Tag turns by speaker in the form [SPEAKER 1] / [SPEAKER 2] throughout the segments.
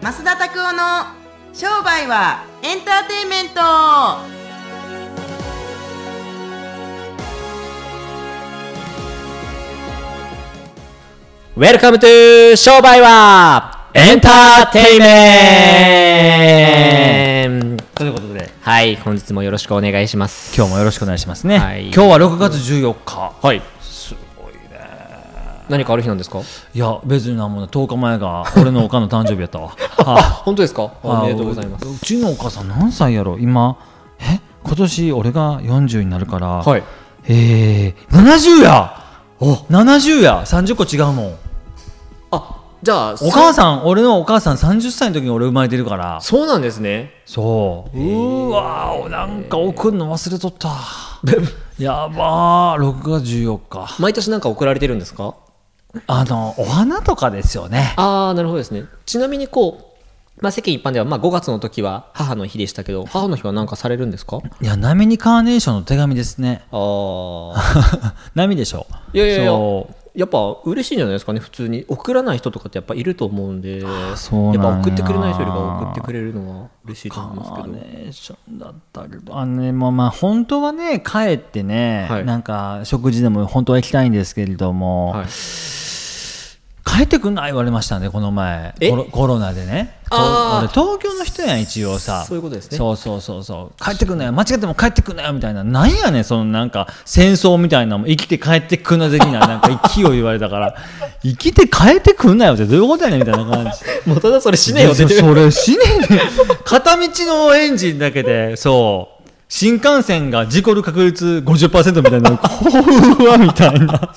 [SPEAKER 1] 増田拓夫の商売はエンターテインメント
[SPEAKER 2] ウェルカムトゥ商売はエンターテイメント
[SPEAKER 3] ということで
[SPEAKER 2] はい、本日もよろしくお願いします。
[SPEAKER 3] 今日もよろしくお願いしますね、
[SPEAKER 2] はい
[SPEAKER 3] 今日は6月14日
[SPEAKER 2] はい。すごいね。何かある日なんですか
[SPEAKER 3] いや別になんもない10日前が俺のおかんの誕生日 やったわは
[SPEAKER 2] 本当ですかお
[SPEAKER 3] あ
[SPEAKER 2] めでとうございます。
[SPEAKER 3] うちのお母さん何歳やろ今え今年俺が40になるから
[SPEAKER 2] はい。
[SPEAKER 3] えー、70やお70や30個違うもん
[SPEAKER 2] あ、じゃあ、
[SPEAKER 3] お母さん俺のお母さん30歳の時に俺生まれてるから
[SPEAKER 2] そうなんですね。
[SPEAKER 3] そううーわーなんか送るの忘れとったやばー6月14日
[SPEAKER 2] 毎年なんか送られてるんですか
[SPEAKER 3] あのお花とかですよね
[SPEAKER 2] ああ、なるほどですね。ちなみにこう、まあ、世間一般では、まあ、5月の時は母の日でしたけど、母の日は何かされるんですか
[SPEAKER 3] いや波にカーネーションの手紙ですね
[SPEAKER 2] ああ。
[SPEAKER 3] 波でしょ
[SPEAKER 2] いやいやいや
[SPEAKER 3] そう
[SPEAKER 2] やっぱ嬉しいんじゃないですかね普通に送らない人とかってやっぱいると思うんで
[SPEAKER 3] そうなん
[SPEAKER 2] や
[SPEAKER 3] や
[SPEAKER 2] っぱ送ってくれない人よりは送ってくれるのは嬉しいと思います
[SPEAKER 3] カー
[SPEAKER 2] け
[SPEAKER 3] ネ
[SPEAKER 2] ど
[SPEAKER 3] ーションだったけどあのねまあまあ本当はね帰ってね、
[SPEAKER 2] はい
[SPEAKER 3] なんか食事でも本当は行きたいんですけれども、
[SPEAKER 2] はい
[SPEAKER 3] 帰ってくんない言われましたねこの前
[SPEAKER 2] え
[SPEAKER 3] コロコロナでねと
[SPEAKER 2] あー
[SPEAKER 3] 俺東京の人やん一応さ
[SPEAKER 2] そういうことですね
[SPEAKER 3] そうそうそうそう帰ってくんなよ間違っても帰ってくんなよみたいななんやねんそのなんか戦争みたいなも生きて帰ってくんな的ななんか勢い言われたから生きて帰ってくんなよってどういうことやねんみたいな感じ
[SPEAKER 2] もうただそれしねえよ出
[SPEAKER 3] で
[SPEAKER 2] て
[SPEAKER 3] そ
[SPEAKER 2] る
[SPEAKER 3] れ死ねえね 片道のエンジンだけでそう新幹線が事故る確率50%みたいなこうわみたいな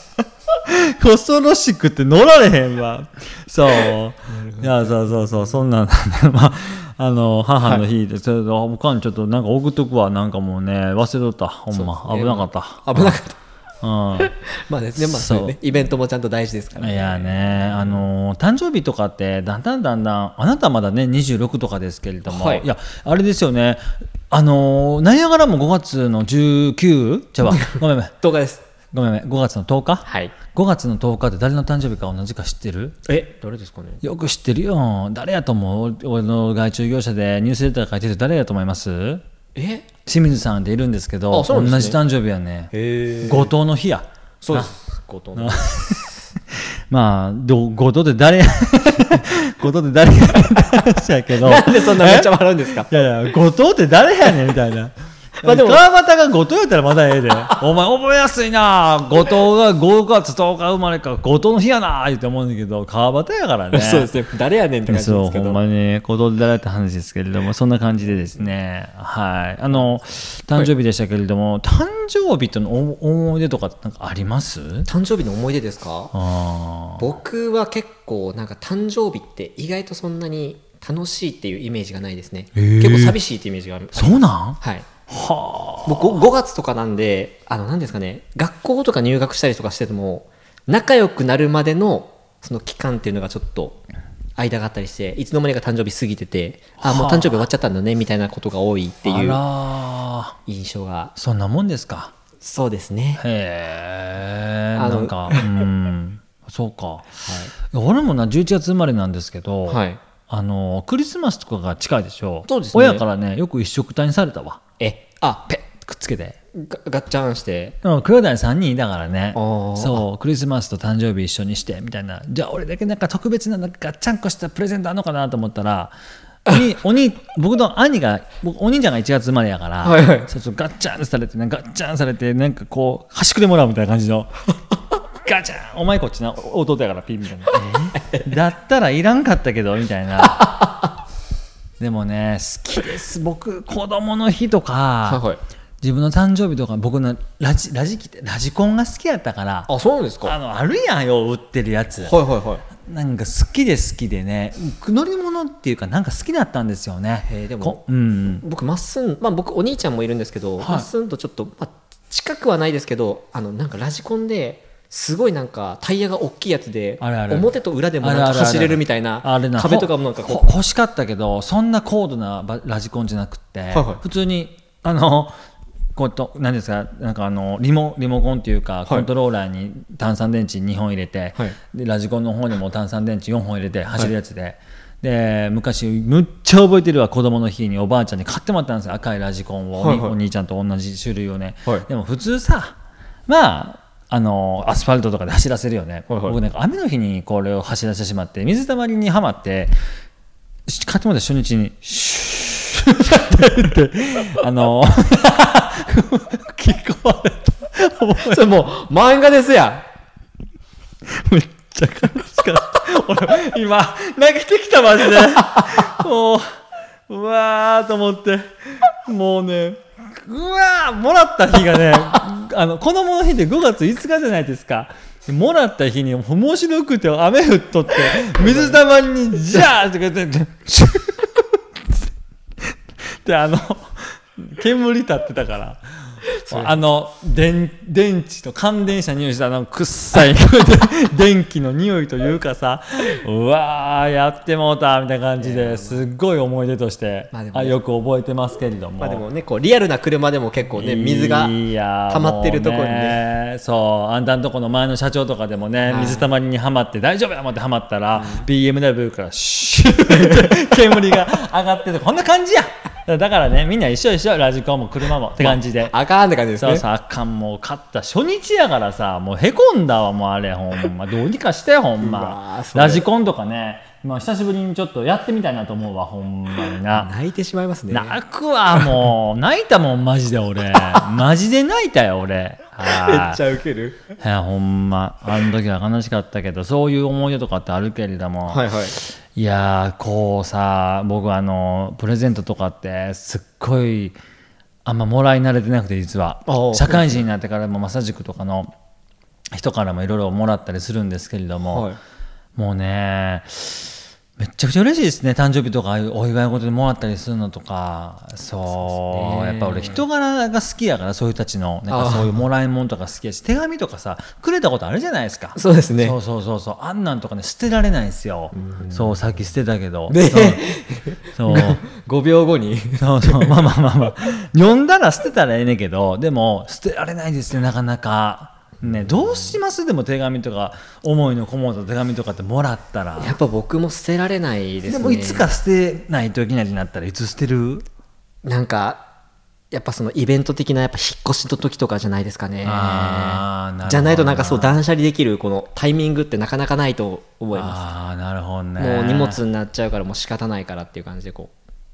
[SPEAKER 3] 恐ろしくて乗られへんわそういやそうそうそうそんなんなんでまああの母の日で、それでおかんちょっとなんか送っとくわなんかもうね忘れとったほんま、
[SPEAKER 2] そうですね
[SPEAKER 3] 危なかった
[SPEAKER 2] 危なかった
[SPEAKER 3] うん
[SPEAKER 2] まあですねまあ
[SPEAKER 3] そう
[SPEAKER 2] そうねイベントもちゃんと大事ですから
[SPEAKER 3] いやね、あのー誕生日とかってだんだんだんだんあなたまだね26とかですけれども、
[SPEAKER 2] はい
[SPEAKER 3] い、やあれですよねあのー、ナイアガラも5月の19じゃ あごめんごめん
[SPEAKER 2] 動画です
[SPEAKER 3] ごめんごめん5月の10日、
[SPEAKER 2] はい
[SPEAKER 3] 5月の10日って誰の誕生日か同じか知ってる
[SPEAKER 2] え誰ですかね
[SPEAKER 3] よく知ってるよ誰やと思う俺俺の外注業者でニュースレター書いてる人誰やと思います
[SPEAKER 2] え
[SPEAKER 3] 清水さんっているんですけど
[SPEAKER 2] あそうなんで
[SPEAKER 3] 同
[SPEAKER 2] す
[SPEAKER 3] じ
[SPEAKER 2] ね
[SPEAKER 3] 誕生日やね
[SPEAKER 2] へ
[SPEAKER 3] 後藤の日や
[SPEAKER 2] そうです後藤の
[SPEAKER 3] まあ、ど後藤って誰や、 後藤って誰やねんって話やけど。
[SPEAKER 2] なんでそんなめっちゃ
[SPEAKER 3] え
[SPEAKER 2] 笑うんですか
[SPEAKER 3] いやいや、後藤って誰やねんみたいな。
[SPEAKER 2] まあでも
[SPEAKER 3] 川端が後藤やったらまだええで。お前覚えやすいな後藤が5月10日生まれか、後藤の日やな言って思うんだけど、川端やから ね。
[SPEAKER 2] そうですね誰やねんって感じ
[SPEAKER 3] そ
[SPEAKER 2] で
[SPEAKER 3] う
[SPEAKER 2] すけ
[SPEAKER 3] ほん
[SPEAKER 2] ど
[SPEAKER 3] まにね行動でだらって話ですけれどもそんな感じでですねはいあの誕生日でしたけれども、誕生日との思い出とかなんかあります
[SPEAKER 2] 誕生日の思い出ですか
[SPEAKER 3] あー
[SPEAKER 2] 僕は結構なんか誕生日って意外とそんなに楽しいっていうイメージがないですね
[SPEAKER 3] へー
[SPEAKER 2] 結構寂しいってイメージがある
[SPEAKER 3] そうなん
[SPEAKER 2] はい
[SPEAKER 3] は
[SPEAKER 2] 僕 5, 月とかなんであの何ですかね学校とか入学したりとかしてても仲良くなるまでのその期間っていうのがちょっと間があったりしていつの間にか誕生日過ぎててあもう誕生日終わっちゃったんだねみたいなことが多いって
[SPEAKER 3] ああ
[SPEAKER 2] いう
[SPEAKER 3] ら
[SPEAKER 2] 印象が
[SPEAKER 3] ーそんなもんですか
[SPEAKER 2] そうですね、
[SPEAKER 3] へえ
[SPEAKER 2] あの
[SPEAKER 3] なんかうんそうか、俺もな11月生まれなんですけど、
[SPEAKER 2] はい、
[SPEAKER 3] あのクリスマスとかが近いでしょ
[SPEAKER 2] そうですね
[SPEAKER 3] 親からねよく一食単にされたわ
[SPEAKER 2] えあペ
[SPEAKER 3] くっつけて
[SPEAKER 2] ガガッチャンして
[SPEAKER 3] うん兄弟3人だからね
[SPEAKER 2] あー
[SPEAKER 3] そうクリスマスと誕生日一緒にしてみたいなじゃあ俺だけなんか特別ななんかガッチャンコしたプレゼントあんのかなと思ったらお 兄お兄僕の兄が僕お兄ちゃんが1月生まれやから、
[SPEAKER 2] はいはい
[SPEAKER 3] そうそうガッチャンされてねガッチャンされてなんかこう端くれもらうみたいな 感じのガチャンお前こっちなお弟やからピンみたいな、だったらいらんかったけどみたいな でもね好きです僕子供の日とか、
[SPEAKER 2] はいはい
[SPEAKER 3] 自分の誕生日とか僕のラジラジキってラジコンが好きやったからあ
[SPEAKER 2] あそうなんですかはい
[SPEAKER 3] のあるやんよ売ってるやつ
[SPEAKER 2] はいはい
[SPEAKER 3] なんか好きで好きでね乗り物っていうかなんか好きだったんですよね
[SPEAKER 2] へえでも
[SPEAKER 3] こうん
[SPEAKER 2] 僕まっすん、まあ、僕お兄ちゃんもいるんですけど、
[SPEAKER 3] はい
[SPEAKER 2] まっすんとちょっと、まあ、近くはないですけどあのなんかラジコンですごいなんかタイヤが大きいやつで
[SPEAKER 3] あるある
[SPEAKER 2] 表と裏でも
[SPEAKER 3] あ
[SPEAKER 2] なん
[SPEAKER 3] るある
[SPEAKER 2] か
[SPEAKER 3] ある
[SPEAKER 2] 走れるみたいな
[SPEAKER 3] あれな
[SPEAKER 2] 壁とかもなんか
[SPEAKER 3] ほ
[SPEAKER 2] こ
[SPEAKER 3] ほ欲しかったけどそんな高度なばラジコンじゃなくって、
[SPEAKER 2] いはい
[SPEAKER 3] 普通にあのこうと何ですかなんかあのリモリモコンっていうかコントローラーに炭酸電池2本入れて、
[SPEAKER 2] はい
[SPEAKER 3] でラジコンの方にも炭酸電池4本入れて走るやつで、で昔むっちゃ覚えてるわ子供の日におばあちゃんに買ってもらったんですよ赤いラジコンを、おに
[SPEAKER 2] はいはい
[SPEAKER 3] お兄ちゃんと同じ種類をね、
[SPEAKER 2] はい
[SPEAKER 3] でも普通さまああのアスファルトとかで走らせるよね、
[SPEAKER 2] はいはい
[SPEAKER 3] 僕なんか雨の日にこれを走らせてしまって水たまりにはまってし買ってもらった初 日にシューって言ってあの 吹き壊れた覚 え
[SPEAKER 2] それもう漫画ですや
[SPEAKER 3] めっちゃ悲しかった。俺、今、泣けてきた、マジで。もう、うわーと思って。もうね、うわーもらった日がね、あの、子供の日って5月5日じゃないですか。でもらった日に、面白くて雨降っとって、水たまりに、ジャーって言って、シューって で、あの、煙立ってたから。あの電電池と乾電車の匂いしたあの臭い 電気の匂いというかさうわーやってもうたみたいな感じですっごい思い出として、
[SPEAKER 2] まあでもね
[SPEAKER 3] あよく覚えてますけれども,、
[SPEAKER 2] まあでもねこうリアルな車でも結構ね水が
[SPEAKER 3] いやー
[SPEAKER 2] 溜まってるところにね
[SPEAKER 3] もうねそうあんたんとこの前の社長とかでもね、
[SPEAKER 2] はい
[SPEAKER 3] 水たまりにはまって大丈夫や思ってはまったら、BMW からシューって 煙が上がっててこんな感じやだからねみんな一緒一緒ラジコンも車もって感じで、
[SPEAKER 2] あかんって感じです
[SPEAKER 3] そう
[SPEAKER 2] ね
[SPEAKER 3] そうあかんもう勝った初日やからさもうへこんだわもうあれほんまどうにかしてほん
[SPEAKER 2] うわ
[SPEAKER 3] ま
[SPEAKER 2] ーそれ
[SPEAKER 3] ラジコンとかね、まあ、久しぶりにちょっとやってみたいなと思うわほんまにな
[SPEAKER 2] 泣いてしまいますね
[SPEAKER 3] 泣くわもう泣いたもんマジ で俺マジで泣いたよ俺
[SPEAKER 2] め
[SPEAKER 3] は
[SPEAKER 2] っち
[SPEAKER 3] い
[SPEAKER 2] ゃウケる
[SPEAKER 3] いやほんまあの時は悲しかったけどそういう思い出とかってあるけれども、
[SPEAKER 2] はいはい
[SPEAKER 3] いやーこうさ僕あのプレゼントとかってすっごいあんまもらい慣れてなくて実は
[SPEAKER 2] おう
[SPEAKER 3] 社会人になってからも正塾とかの人からもいろいろもらったりするんですけれども、
[SPEAKER 2] はい
[SPEAKER 3] もうねめっちゃくちゃ嬉しいですね誕生日とかああいうお祝い事でもらったりするのとかそう
[SPEAKER 2] そうです
[SPEAKER 3] や
[SPEAKER 2] ね
[SPEAKER 3] っぱ俺人柄が好きやからそういう人たちのなん
[SPEAKER 2] あ
[SPEAKER 3] か
[SPEAKER 2] ー
[SPEAKER 3] そういうもらい物とか好きやし手紙とかさくれたことあるじゃないですか
[SPEAKER 2] そうですね
[SPEAKER 3] そうそうそうそうあんなんとかね捨てられないんですよ、そうさっき捨てたけど、
[SPEAKER 2] ね
[SPEAKER 3] そうそう
[SPEAKER 2] 5秒後に
[SPEAKER 3] そうそうまあまあまあまあ読んだら捨てたらええねんけどでも捨てられないですねなかなか。ね、どうしますでも手紙とか思いのこもった手紙とかってもらったら
[SPEAKER 2] やっぱ僕も捨てられないですね
[SPEAKER 3] でもいつか捨てないといけないになったらいつ捨てる、
[SPEAKER 2] なんかやっぱそのイベント的なやっぱ引っ越しの時とかじゃないですかね
[SPEAKER 3] あーなるほど
[SPEAKER 2] じゃないとなんかそう断捨離できるこのタイミングってなかなかないと思いま
[SPEAKER 3] ああなる
[SPEAKER 2] す
[SPEAKER 3] ほどね
[SPEAKER 2] もう荷物になっちゃうからもう仕方ないからっていう感じでこ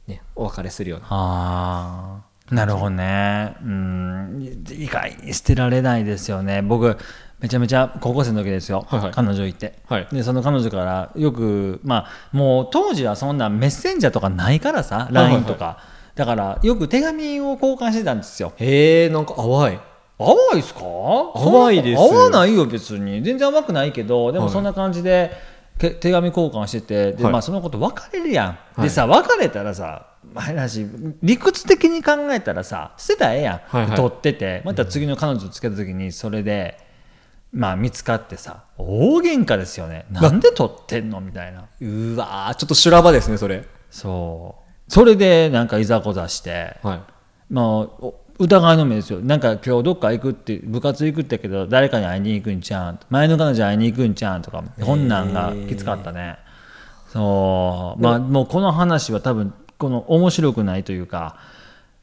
[SPEAKER 2] うねお別れするような
[SPEAKER 3] ああなるほどねうん意外に捨てられないですよね僕めちゃめちゃ高校生の時ですよ、
[SPEAKER 2] はいはい
[SPEAKER 3] 彼女いて、
[SPEAKER 2] はい
[SPEAKER 3] でその彼女からよくまあもう当時はそんなメッセンジャーとかないからさ LINE とか、だからよく手紙を交換してたんですよ
[SPEAKER 2] へえんか淡い
[SPEAKER 3] 淡いですか
[SPEAKER 2] 淡いです
[SPEAKER 3] そんな淡ないよ別に全然甘くないけどでも
[SPEAKER 2] はい
[SPEAKER 3] そんな感じで、け手紙交換しててで、
[SPEAKER 2] はい
[SPEAKER 3] まあ、そのこと別れるやん、
[SPEAKER 2] は
[SPEAKER 3] で
[SPEAKER 2] い
[SPEAKER 3] さ別れたらさ話理屈的に考えたらさ捨てたらええやん、
[SPEAKER 2] はいはい
[SPEAKER 3] 取っててまた次の彼女つけた時にそれで、まあ、見つかってさ大喧嘩ですよねなんで取ってんのみたいな
[SPEAKER 2] うわーちょっと修羅場ですねそれ
[SPEAKER 3] そうそれでなんかいざこざして、
[SPEAKER 2] はい
[SPEAKER 3] まあ、お疑いの目ですよなんか今日どっか行くって部活行くってけど誰かに会いに行くんちゃうん前の彼女会いに行くんちゃうんとかこんなんがきつかったね、そうまあもうこの話は多分この面白くないというか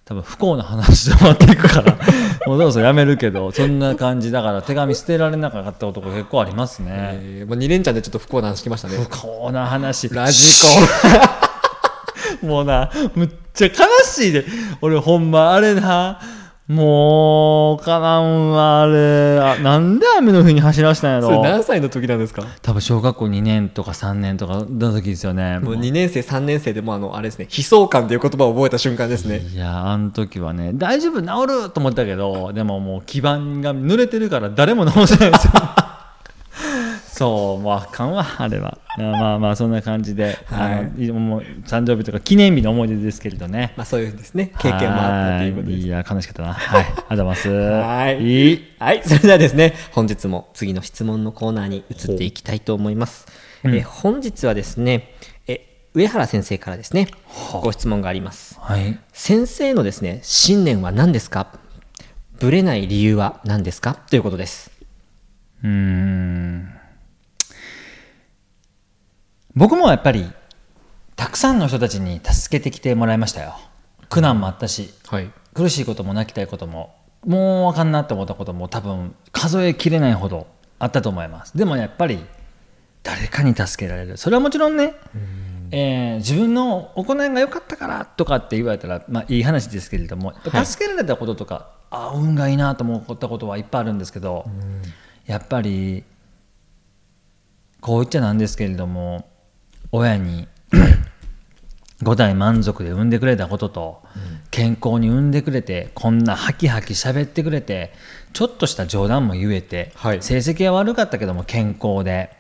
[SPEAKER 3] 多分不幸な話で終わっていくから もうそろそろやめるけどそんな感じだから手紙捨てられなかった男結構ありますね
[SPEAKER 2] えーまあ、2連チャンでちょっと不幸な話きましたね
[SPEAKER 3] 不幸な話
[SPEAKER 2] ラジコン
[SPEAKER 3] もうな、むっちゃ悲しいで。俺ほんま、あれな、もう、かなんわ、あれ。あなんで雨の日に走らしたんや
[SPEAKER 2] それ
[SPEAKER 3] ろ。
[SPEAKER 2] 何歳の時なんですか
[SPEAKER 3] 多分小学校2年とか3年とかの時ですよね。
[SPEAKER 2] もう2年生3年生でもうあのあれですね悲壮感という言葉を覚えた瞬間ですね
[SPEAKER 3] いやあの時はね大丈夫治ると思ったけどでももう基盤が濡れてるから誰も治せないん ですよそうもうあかんわあれはまあまあそんな感じで、
[SPEAKER 2] はい
[SPEAKER 3] あのいもう誕生日とか記念日の思い出ですけれどね
[SPEAKER 2] まあそういうですね経験もあったということ
[SPEAKER 3] は
[SPEAKER 2] で
[SPEAKER 3] い
[SPEAKER 2] す
[SPEAKER 3] いや、悲しかったな。はい、ありがとうございます。
[SPEAKER 2] はい
[SPEAKER 3] いい
[SPEAKER 2] はい、それではですね、本日も次の質問のコーナーに移っていきたいと思います。え本日はですねえ、上原先生からですね、ご質問があります。
[SPEAKER 3] はい。
[SPEAKER 2] 先生のですね、信念は何ですかぶれない理由は何ですかということです。
[SPEAKER 3] うーん。僕もやっぱり、さんの人たちに助けてきてもらいましたよ苦難もあったし
[SPEAKER 2] はい。
[SPEAKER 3] 苦しいことも泣きたいことももうあかんなって思ったことも多分数えきれないほどあったと思いますでもやっぱり誰かに助けられるそれはもちろんねえー自分の行いが良かったからとかって言われたら、まあ、いい話ですけれども
[SPEAKER 2] はい
[SPEAKER 3] 助けられたこととか、ああ運がいいなと思ったことはいっぱいあるんですけど、やっぱりこう言っちゃなんですけれども 親に5代満足で産んでくれたことと、健康に産んでくれてこんなハキハキ喋ってくれてちょっとした冗談も言えて、
[SPEAKER 2] はい
[SPEAKER 3] 成績は悪かったけども健康で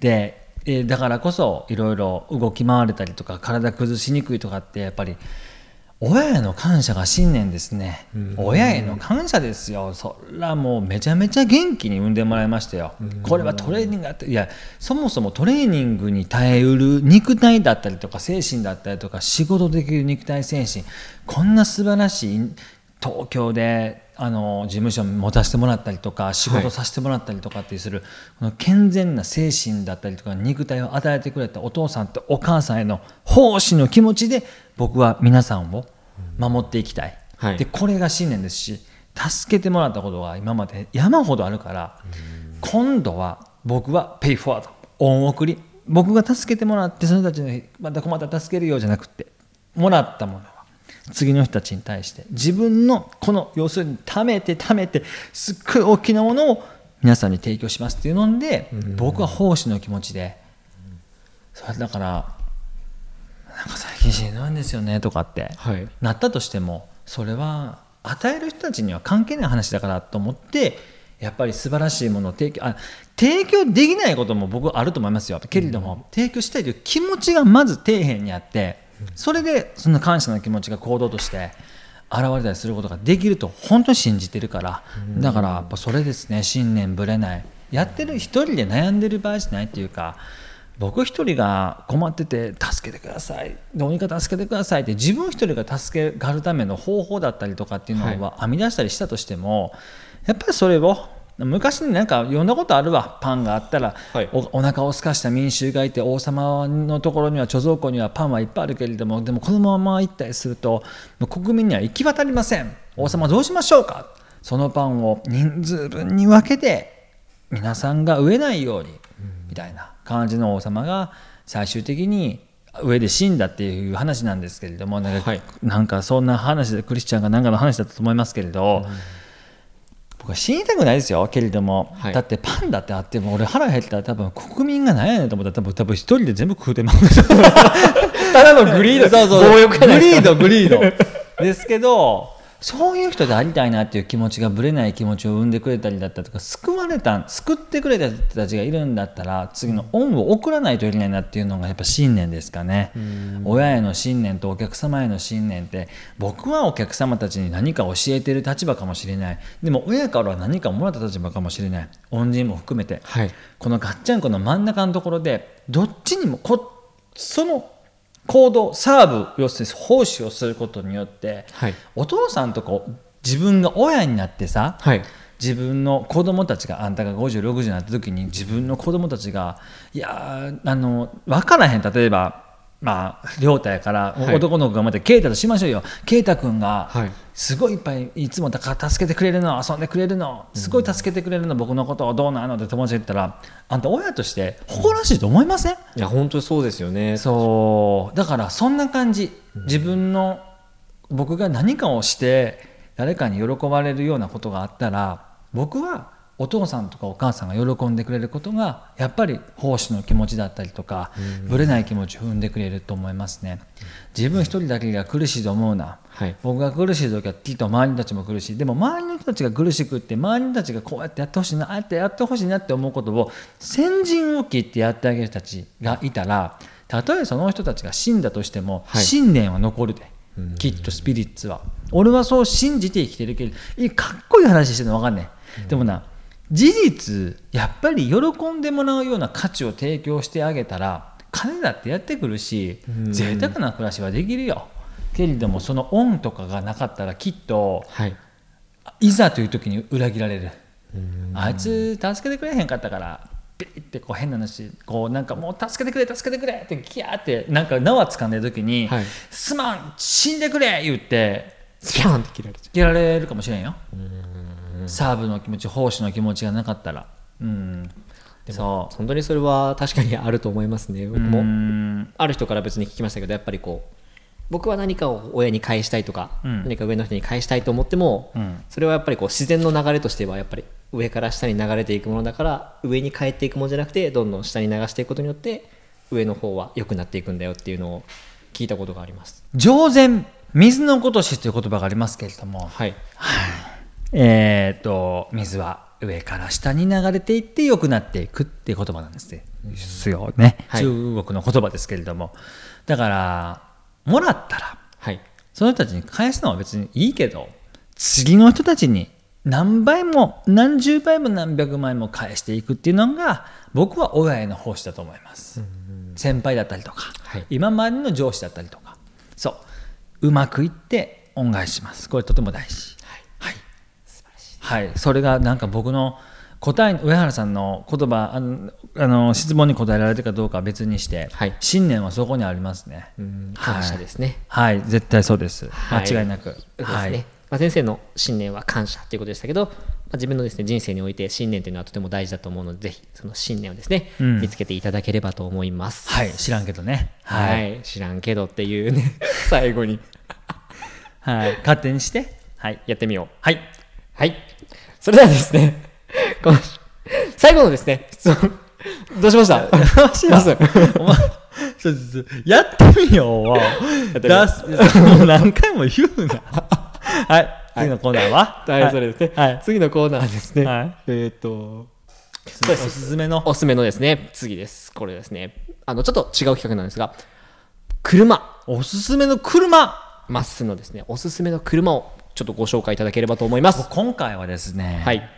[SPEAKER 3] で、えーだからこそいろいろ動き回れたりとか体崩しにくいとかってやっぱり親への感謝が信念ですね、親への感謝ですよそらもうめちゃめちゃ元気に産んでもらいましたよ、これはトレーニングだっていやそもそもトレーニングに耐えうる肉体だったりとか精神だったりとか仕事できる肉体精神こんな素晴らしい東京であの事務所持たせてもらったりとか仕事させてもらったりとかってする、この健全な精神だったりとか肉体を与えてくれたお父さんとお母さんへの奉仕の気持ちで僕は皆さんを守っていきたい、
[SPEAKER 2] はい
[SPEAKER 3] でこれが信念ですし助けてもらったことが今まで山ほどあるから、今度は僕はペイフォワード恩送り僕が助けてもらってその人たちのまた困ったら助けるようじゃなくてもらったものは次の人たちに対して自分のこの要するに貯めて貯めてすっごい大きなものを皆さんに提供しますっていうので僕は奉仕の気持ちでそれだからなんか最近しんどいんですよねとかって
[SPEAKER 2] はい。
[SPEAKER 3] なったとしてもそれは与える人たちには関係ない話だからと思ってやっぱり素晴らしいものを提供あ提供できないことも僕あると思いますよけれども、提供したいという気持ちがまず底辺にあってそれでその感謝の気持ちが行動として現れたりすることができると本当に信じてるからだからやっぱそれですね信念ぶれないやってる一人で悩んでる場合じゃないっていうか僕一人が困ってて助けてくださいどうにか助けてくださいって自分一人が助けがるための方法だったりとかっていうのは編み出したりしたとしても、やっぱりそれを昔になんかいろんなことあるわパンがあったら、
[SPEAKER 2] はい
[SPEAKER 3] おお腹を空かした民衆がいて王様のところには貯蔵庫にはパンはいっぱいあるけれどもでもこのまま行ったりするともう国民には行き渡りません王様どうしましょうかそのパンを人数分に分けて皆さんが飢えないようにみたいな感じの王様が最終的に上で死んだっていう話なんですけれどもなんか,、
[SPEAKER 2] はい
[SPEAKER 3] なんかそんな話でクリスチャンがなんかの話だったと思いますけれど。僕は死にたくないですよけれども、
[SPEAKER 2] はい
[SPEAKER 3] だってパンだってあっても俺腹減ったら多分国民が何やねんと思ったら多分多分一人で全部食う てまうただのグリードそうそう
[SPEAKER 2] 強欲じゃない
[SPEAKER 3] グ
[SPEAKER 2] で
[SPEAKER 3] リ
[SPEAKER 2] す
[SPEAKER 3] ードグリードですけどそういう人でありたいなっていう気持ちがぶれない気持ちを生んでくれたりだったりとか救われた救ってくれた人たちがいるんだったら次の恩を送らないといけないなっていうのがやっぱ信念ですかね親への信念とお客様への信念って僕はお客様たちに何か教えてる立場かもしれないでも親からは何かもらった立場かもしれない恩人も含めて、
[SPEAKER 2] はい。
[SPEAKER 3] このガッチャンコの真ん中のところでどっちにもこその行動サーブ要するに奉仕をすることによって、
[SPEAKER 2] はい
[SPEAKER 3] お父さんとこう自分が親になってさ、
[SPEAKER 2] はい。
[SPEAKER 3] 自分の子供たちがあんたが5060になった時に自分の子供たちがいやーあの分からへん例えばまあ亮太やから、
[SPEAKER 2] はい
[SPEAKER 3] 男の子がまた啓太としましょうよ啓太君が、
[SPEAKER 2] はい
[SPEAKER 3] すごいいっぱいいつもだから助けてくれるの遊んでくれるのすごい助けてくれるの、僕のことをどうなのって友達が言ったらあんた親として誇らしいと思いません、
[SPEAKER 2] いや、本当にそうですよね。
[SPEAKER 3] そうだからそんな感じ自分の僕が何かをして誰かに喜ばれるようなことがあったら僕はお父さんとかお母さんが喜んでくれることがやっぱり奉仕の気持ちだったりとかぶれない気持ちを生んでくれると思いますね自分一人だけが苦しいと思うな
[SPEAKER 2] はい。
[SPEAKER 3] 僕が苦しい時はきっと周りたちも苦しいでも周りの人たちが苦しくって周りの人たちがこうやってやってほしいなああやってやってほしいなって思うことを先陣を切ってやってあげる人たちがいたらたとえその人たちが死んだとしても、
[SPEAKER 2] はい
[SPEAKER 3] 信念は残るできっとスピリッツは俺はそう信じて生きてるけどいいかっこいい話してるの分かんない、でもな事実やっぱり喜んでもらうような価値を提供してあげたら金だってやってくるし
[SPEAKER 2] うん
[SPEAKER 3] 贅沢な暮らしはできるよけれどもその恩とかがなかったらきっと
[SPEAKER 2] はい。
[SPEAKER 3] いざという時に裏切られるあいつ助けてくれへんかったからピリってこう変な話こうなんかもう助けてくれ助けてくれってギャーってなんか縄掴んでる時に「
[SPEAKER 2] はい
[SPEAKER 3] すまん死んでくれ!」言って
[SPEAKER 2] スピャーンって切られちゃ
[SPEAKER 3] やられるかもしれんよサーブの気持ち奉仕の気持ちがなかったらうんそう
[SPEAKER 2] う本当にそれは確かにあると思いますね僕
[SPEAKER 3] う
[SPEAKER 2] も
[SPEAKER 3] ん
[SPEAKER 2] ある人から別に聞きましたけどやっぱりこう僕は何かを親に返したいとか、
[SPEAKER 3] うん
[SPEAKER 2] 何か上の人に返したいと思っても、
[SPEAKER 3] うん
[SPEAKER 2] それはやっぱりこう自然の流れとしてはやっぱり上から下に流れていくものだから上に返っていくものじゃなくてどんどん下に流していくことによって上の方は良くなっていくんだよっていうのを聞いたことがあります。
[SPEAKER 3] 上善水の如しという言葉がありますけれども、
[SPEAKER 2] はい、
[SPEAKER 3] えーっと水は上から下に流れていって良くなっていくっていう言葉なんですねですよね、
[SPEAKER 2] はい
[SPEAKER 3] 中国の言葉ですけれどもだからもらったら
[SPEAKER 2] はい、
[SPEAKER 3] その人たちに返すのは別にいいけど次の人たちに何倍も何十倍も何百倍も返していくっていうのが僕は親への奉仕だと思います、先輩だったりとか、
[SPEAKER 2] はい
[SPEAKER 3] 今までの上司だったりとかそううまくいって恩返ししますこれとても大事はい、はい、それがなんか僕の答えに上原さんの言葉あのあの質問に答えられてるかどうかは別にして、
[SPEAKER 2] はい
[SPEAKER 3] 信念はそこにありますね
[SPEAKER 2] うん感謝ですね。
[SPEAKER 3] はい、絶対そうです。
[SPEAKER 2] はい
[SPEAKER 3] 間違いなく。
[SPEAKER 2] ですね
[SPEAKER 3] はい。
[SPEAKER 2] まあ、先生の信念は感謝ということでしたけど、まあ、自分のです、ね、人生において信念というのはとても大事だと思うのでぜひその信念をですね、
[SPEAKER 3] うん
[SPEAKER 2] 見つけていただければと思います。
[SPEAKER 3] はい知らんけどね。
[SPEAKER 2] は
[SPEAKER 3] はい。
[SPEAKER 2] い、知らんけどっていうね 最後に
[SPEAKER 3] はい。勝手にして。はい。
[SPEAKER 2] やってみよう
[SPEAKER 3] はい。
[SPEAKER 2] はいそれではですねこの最後のですね質問どうしま したどうしました
[SPEAKER 3] お前、ちょちょちょやってみようわ。
[SPEAKER 2] てみよう
[SPEAKER 3] 出す。もう何回も言うな。はい。次のコーナーは
[SPEAKER 2] はいそれですね、
[SPEAKER 3] はい。
[SPEAKER 2] 次のコーナーですね、
[SPEAKER 3] はい
[SPEAKER 2] えーっと
[SPEAKER 3] おすすめの。
[SPEAKER 2] おすすめのですね次ですこれですねあのちょっと違う企画なんですが車
[SPEAKER 3] おすすめの車
[SPEAKER 2] まっすーのですねおすすめの車をちょっとご紹介いただければと思います
[SPEAKER 3] 今回はですね、
[SPEAKER 2] はい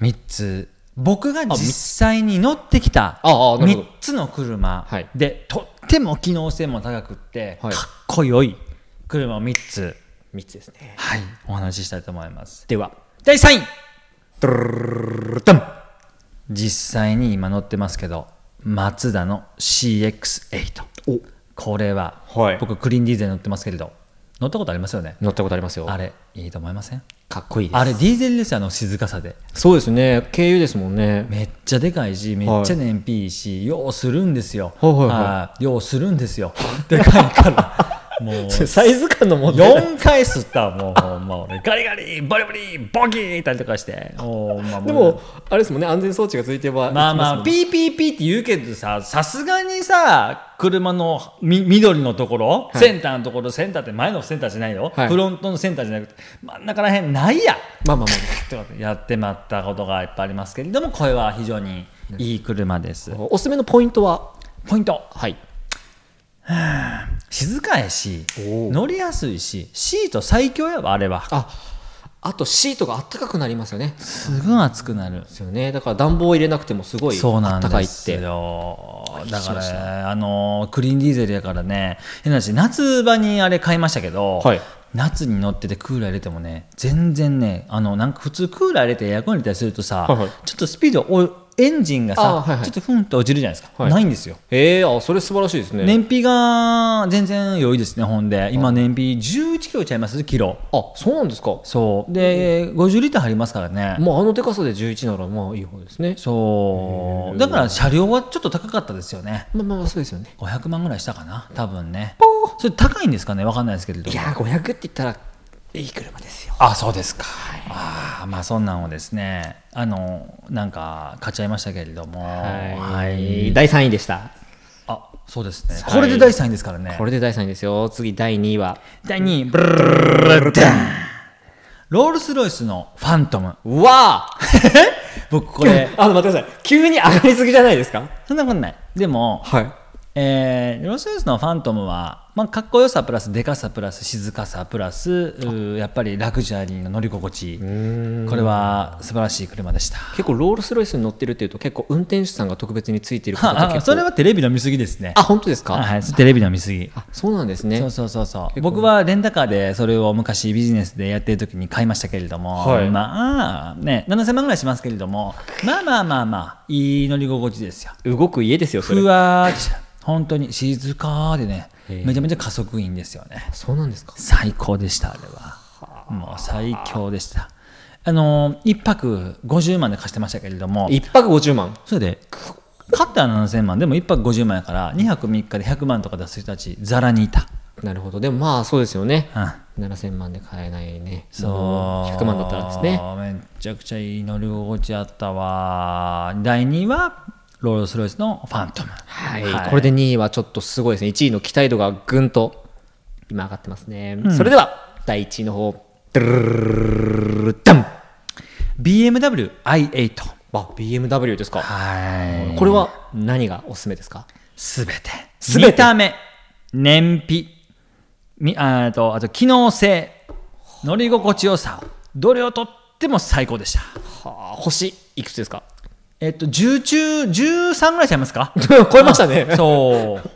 [SPEAKER 3] 3つ僕が実際に乗ってきた
[SPEAKER 2] あああなるほ
[SPEAKER 3] 3
[SPEAKER 2] ど
[SPEAKER 3] つの車
[SPEAKER 2] はい
[SPEAKER 3] でとっても機能性も高くってか
[SPEAKER 2] は
[SPEAKER 3] っ
[SPEAKER 2] い
[SPEAKER 3] こよい車を3つ
[SPEAKER 2] 3つですね
[SPEAKER 3] はいお話ししたいと思います
[SPEAKER 2] では
[SPEAKER 3] 第3位実際に今乗ってますけどマツダの CX8
[SPEAKER 2] お
[SPEAKER 3] これは
[SPEAKER 2] はい
[SPEAKER 3] 僕クリーンディーゼル乗ってますけれど乗ったことありますよね
[SPEAKER 2] 乗ったことありますよ
[SPEAKER 3] あれいいと思いません
[SPEAKER 2] かっこいいです
[SPEAKER 3] あれディーゼルですよあの静かさで
[SPEAKER 2] そうですね軽油ですもんね
[SPEAKER 3] めっちゃでかいしめっちゃ燃費いいし、ようするんですよ、
[SPEAKER 2] はいはいはい
[SPEAKER 3] いようするんですよでかい からも う
[SPEAKER 2] サイズ感の問題だ
[SPEAKER 3] 4回吸ったわもうほんま俺ガリガリバリバリボキーったりとかしてもうほんまもう
[SPEAKER 2] でも、あれですもんね、安全装置がついてれば。
[SPEAKER 3] まあまあ
[SPEAKER 2] ピッ
[SPEAKER 3] ピーピーピーって言うけどささすがにさ車のみ緑のところ、
[SPEAKER 2] い
[SPEAKER 3] センターのところセンターって前のセンターじゃないよ、
[SPEAKER 2] はい
[SPEAKER 3] フロントのセンターじゃなくて真ん中らへんないや
[SPEAKER 2] まあまあま
[SPEAKER 3] とかってやってまったことがいっぱいありますけれどもこれは非常にいい車です、
[SPEAKER 2] あまあ。おすすめのポイントは
[SPEAKER 3] ポイント
[SPEAKER 2] はい。
[SPEAKER 3] 静かやし
[SPEAKER 2] おう
[SPEAKER 3] 乗りやすいしシート最強やわあれは
[SPEAKER 2] あ、あとシートがあったかくなりますよね。です
[SPEAKER 3] ぐ熱くなる
[SPEAKER 2] すよね。だから暖房を入れなくてもすごい
[SPEAKER 3] そう
[SPEAKER 2] あ
[SPEAKER 3] な
[SPEAKER 2] っ
[SPEAKER 3] ん
[SPEAKER 2] たかい
[SPEAKER 3] で
[SPEAKER 2] っ
[SPEAKER 3] す
[SPEAKER 2] て。
[SPEAKER 3] よだ
[SPEAKER 2] し
[SPEAKER 3] か
[SPEAKER 2] ま
[SPEAKER 3] ら
[SPEAKER 2] した
[SPEAKER 3] ねあのクリーンディーゼルやからね変な話夏場にあれ買いましたけど、
[SPEAKER 2] はい
[SPEAKER 3] 夏に乗っててクーラー入れてもね全然ねあのなんか普通クーラー入れてエアコン入れたりするとさ、
[SPEAKER 2] はいはい
[SPEAKER 3] ちょっとスピードおエンジンがさ、
[SPEAKER 2] あはいはい
[SPEAKER 3] ちょっとふんと落ちるじゃないですか、
[SPEAKER 2] はい
[SPEAKER 3] ないんですよ
[SPEAKER 2] ええあ、それ素晴らしいですね。
[SPEAKER 3] 燃費が全然良いですねほんで今燃費11キロちゃいますキロ
[SPEAKER 2] あ、そうなんですか。
[SPEAKER 3] そうで50リッター入りますからね
[SPEAKER 2] もうあのでかさで11ならまあいい方ですね。
[SPEAKER 3] そうだから車両はちょっと高かったですよね
[SPEAKER 2] まあまあまあそうですよね。
[SPEAKER 3] 500万ぐらいしたかな多分ねそれ高いんですかねわかんないですけれど
[SPEAKER 2] い
[SPEAKER 3] も
[SPEAKER 2] やー、500って言ったらいい車ですよ。
[SPEAKER 3] あそうですか、ああまあそんなんをですねあのなんか買っちゃいましたけれどもは
[SPEAKER 2] はい。第3位でした。
[SPEAKER 3] あそうですね
[SPEAKER 2] はい
[SPEAKER 3] これで第3位ですからね
[SPEAKER 2] これで第3位ですよ。次第2位は。
[SPEAKER 3] 第2位ブルルルダンロールス・ロイスのファントム
[SPEAKER 2] うわあ
[SPEAKER 3] 僕これ
[SPEAKER 2] あの、待ってください。急に上がりすぎじゃないですか
[SPEAKER 3] そんなことないでも
[SPEAKER 2] はい。
[SPEAKER 3] えーロス・イエスの「ファントムは」まあ、かっこよさプラスでかさプラス静かさプラスうーやっぱりラグジュアリーの乗り心地これは素晴らしい車でした
[SPEAKER 2] 結構ロールスロイスに乗ってるっていうと結構運転手さんが特別についてる方が結
[SPEAKER 3] あ
[SPEAKER 2] 構
[SPEAKER 3] あそれはテレビの見過ぎですね
[SPEAKER 2] あ本当ですか、
[SPEAKER 3] あはいテレビの見過ぎ
[SPEAKER 2] あそうなんですね
[SPEAKER 3] そうそうそうそう僕はレンタカーでそれを昔ビジネスでやってる時に買いましたけれども、
[SPEAKER 2] はい
[SPEAKER 3] まあね7000万ぐらいしますけれどもまあまあまあまあいい乗り心地ですよ
[SPEAKER 2] 動く家ですよそれ
[SPEAKER 3] ふわーって本当に静かでね
[SPEAKER 2] へえ
[SPEAKER 3] めちゃめちゃ加速いいんですよね
[SPEAKER 2] そうなんですか
[SPEAKER 3] 最高でしたあれはもう最強でしたあの1泊50万で貸してましたけれども
[SPEAKER 2] 一泊50万
[SPEAKER 3] それで買ったら7000万でも1泊50万やから2泊3日で100万とか出す人たちざらにいた、
[SPEAKER 2] なるほどでもまあそうですよね
[SPEAKER 3] うん
[SPEAKER 2] 7000万で買えないね
[SPEAKER 3] そう
[SPEAKER 2] 100万だったらですね
[SPEAKER 3] めちゃくちゃいい乗り心地あったわ第2位はロールスロイスのファントム
[SPEAKER 2] はい、これで2位はちょっとすごいですね1位の期待度がぐんと今上がってますね、それでは第1位の方ドゥルルルルルダン
[SPEAKER 3] BMWi8
[SPEAKER 2] あ BMW ですか、
[SPEAKER 3] はい
[SPEAKER 2] これは何がおすすめですか
[SPEAKER 3] すべて
[SPEAKER 2] 全て
[SPEAKER 3] 見た目燃費みあーとあと機能性乗り心地よさどれをとっても最高でした
[SPEAKER 2] はあ星いくつですか
[SPEAKER 3] えっと10中13ぐらいちゃいます か
[SPEAKER 2] 超えましたね
[SPEAKER 3] そう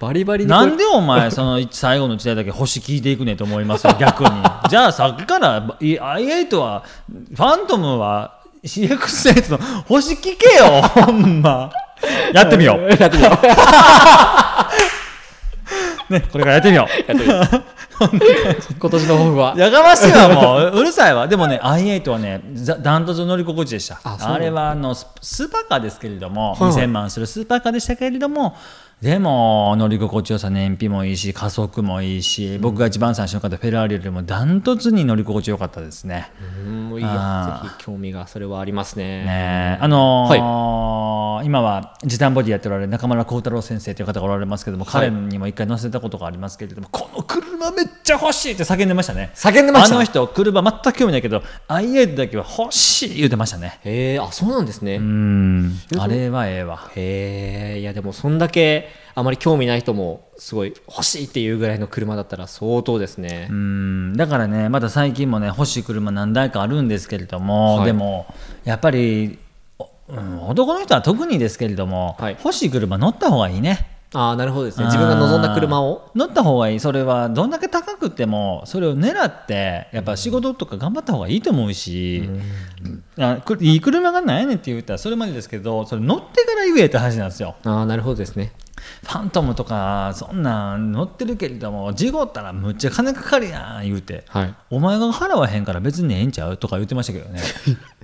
[SPEAKER 2] バリバリに
[SPEAKER 3] なんでお前、その最後の時代だけ星聞いていくねんと思い ますよ、逆に。じゃあ、さっきから、い i8 は、ファントムは、CX8 の星聞けよ、ほんま。やってみよう。
[SPEAKER 2] やってみよう
[SPEAKER 3] ね、これからやってみよう。
[SPEAKER 2] やってみよう今年の抱負は
[SPEAKER 3] やがましいわ、もう。うるさいわ。でもね、i8 はね、ざダントツの乗り心地でした。
[SPEAKER 2] あ
[SPEAKER 3] あ
[SPEAKER 2] そうなんだ
[SPEAKER 3] れはあのス、スーパーカーですけれども、
[SPEAKER 2] はい
[SPEAKER 3] 2000万するスーパーカーでしたけれども、でも、乗り心地よさ、燃費もいいし、加速もいいし、僕が一番最初に買ったフェラーリよりもダントツに乗り心地よかったですね。
[SPEAKER 2] うんいい
[SPEAKER 3] あ
[SPEAKER 2] や
[SPEAKER 3] ー
[SPEAKER 2] ぜひ興味がそれはありますね
[SPEAKER 3] ねえあのー今は時短ボディやっておられる中村幸太郎先生という方がおられますけども、
[SPEAKER 2] はい
[SPEAKER 3] 彼にも一回乗せたことがありますけれどもこの車めっちゃ欲しいって叫んでましたね
[SPEAKER 2] 叫んでました
[SPEAKER 3] あの人車全く興味ないけど i8 だけは欲しい言うてましたね
[SPEAKER 2] へえあそうなんですね、
[SPEAKER 3] うんあれはええわ
[SPEAKER 2] へえいやでもそんだけあまり興味ない人もすごい欲しいっていうぐらいの車だったら相当ですね、
[SPEAKER 3] うんだからねまだ最近もね欲しい車何台かあるんですけれども、
[SPEAKER 2] はい
[SPEAKER 3] でもやっぱり、おうん、男の人は特にですけれども、
[SPEAKER 2] はい
[SPEAKER 3] 欲しい車乗った方がいいね
[SPEAKER 2] ああなるほどですね自分が望んだ車を
[SPEAKER 3] 乗った方がいいそれはどんだけ高くてもそれを狙ってやっぱ仕事とか頑張った方がいいと思うし、あくいい車がないねんって言ったらそれまでですけどそれ乗ってから言えって話なんですよ
[SPEAKER 2] ああなるほどですね
[SPEAKER 3] ファントムとかそんなん乗ってるけれども事故ったらむっちゃ金かかるやん言うて
[SPEAKER 2] はい
[SPEAKER 3] お前が払わへんから別にええんちゃうとか言ってましたけど ね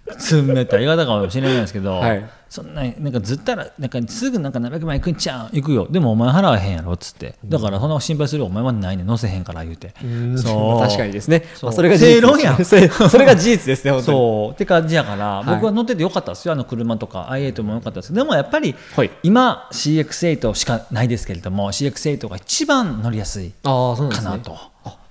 [SPEAKER 3] 冷たい言い方かもしれないですけど、
[SPEAKER 2] はい
[SPEAKER 3] そんななんかずったらなんかすぐなんか700万いくんちゃう行くよでもお前払わへんやろっつってだからそんな心配するお前はないねん乗せへんから言うて そう
[SPEAKER 2] 確かにですね
[SPEAKER 3] そ
[SPEAKER 2] ま
[SPEAKER 3] う
[SPEAKER 2] あそれが事実
[SPEAKER 3] 正論や ん
[SPEAKER 2] それそれが事実ですね本当に
[SPEAKER 3] そうって感じやから、
[SPEAKER 2] はい
[SPEAKER 3] 僕は乗っててよかったですよあの車とか i8 もよかったですでもやっぱり、
[SPEAKER 2] はい
[SPEAKER 3] 今 CX8 しかないですけれども CX8 が一番乗りやすい
[SPEAKER 2] ああそうなんで
[SPEAKER 3] か
[SPEAKER 2] すね
[SPEAKER 3] なと、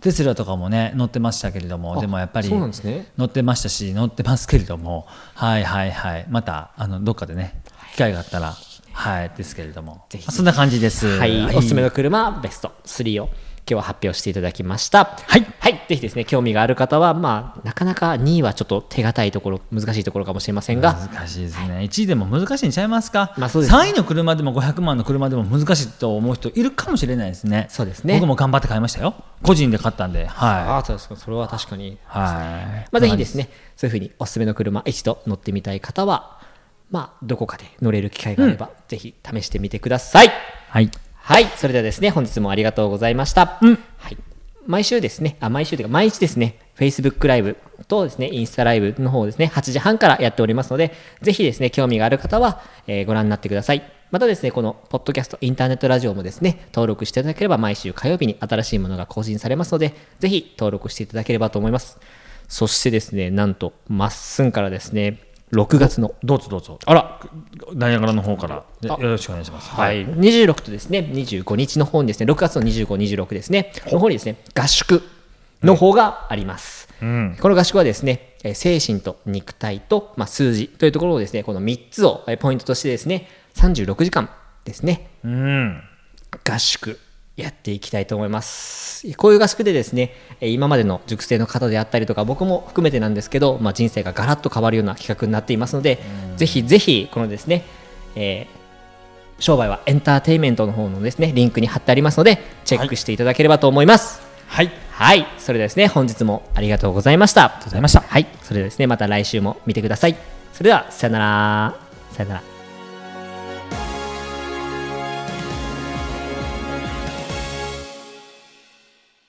[SPEAKER 3] テスラとかもね乗ってましたけれども
[SPEAKER 2] あ
[SPEAKER 3] でもやっぱり
[SPEAKER 2] そうなんですね
[SPEAKER 3] 乗ってましたし乗ってますけれどもはいはいはいまたあのどっかでね機会があったらはいですけれども
[SPEAKER 2] ぜひ
[SPEAKER 3] そんな感じです
[SPEAKER 2] はい、おすすめの車ベスト3を今日は発表していただきましたはい、はい、ぜひですね興味がある方はまあなかなか2位はちょっと手堅いところ難しいところかもしれませんが
[SPEAKER 3] 難しいですね、1位でも難しいんちゃいますか、
[SPEAKER 2] まあそうですね
[SPEAKER 3] 3位の車でも500万の車でも難しいと思う人いるかもしれないですね
[SPEAKER 2] そうですね
[SPEAKER 3] 僕も頑張って買いましたよ個人で買ったんでは
[SPEAKER 2] ああ確かにそれは確かに
[SPEAKER 3] いはい
[SPEAKER 2] まあ、ぜひですね、そういうふうにおすすめの車、一度乗ってみたい方は、まあ、どこかで乗れる機会があれば、ぜひ試してみてください。
[SPEAKER 3] はい
[SPEAKER 2] はい、それではですね、本日もありがとうございました。
[SPEAKER 3] うん
[SPEAKER 2] はい、毎週ですね、あ、毎週というか、毎日ですね、Facebook ライブとですね、インスタライブの方をですね、8時半からやっておりますので、ぜひですね、興味がある方は、えーご覧になってください。またですね、このポッドキャスト、インターネットラジオもですね、登録していただければ、毎週火曜日に新しいものが更新されますので、ぜひ登録していただければと思います。そしてですね、なんと、まっすんからですね、6月の
[SPEAKER 3] どうぞどうぞ
[SPEAKER 2] あら、
[SPEAKER 3] ダイヤガラの方からでよ
[SPEAKER 2] あ
[SPEAKER 3] ろしくお願いします
[SPEAKER 2] はい、26とですね25日の方にですね6月の25、26ですねの方にですね合宿の方があります、
[SPEAKER 3] ん
[SPEAKER 2] この合宿はですねえー精神と肉体と、まあ、数字というところをですねこの3つをえーポイントとしてですね36時間ですね。
[SPEAKER 3] うん。
[SPEAKER 2] 合宿やっていきたいと思います。こういう合宿でですね、えー今までの熟成の方であったりとか、僕も含めてなんですけど、まあ、人生がガラッと変わるような企画になっていますので、ぜひぜひ、このですね、えー商売はエンターテインメントの方のですね、リンクに貼ってありますので、チェックしていただければと思います。
[SPEAKER 3] はい。
[SPEAKER 2] はい、それではですね、本日もありがとうございました。ありがとうございました。はい、それではですね、また来週も見てください。それでは、さよなら。さよなら。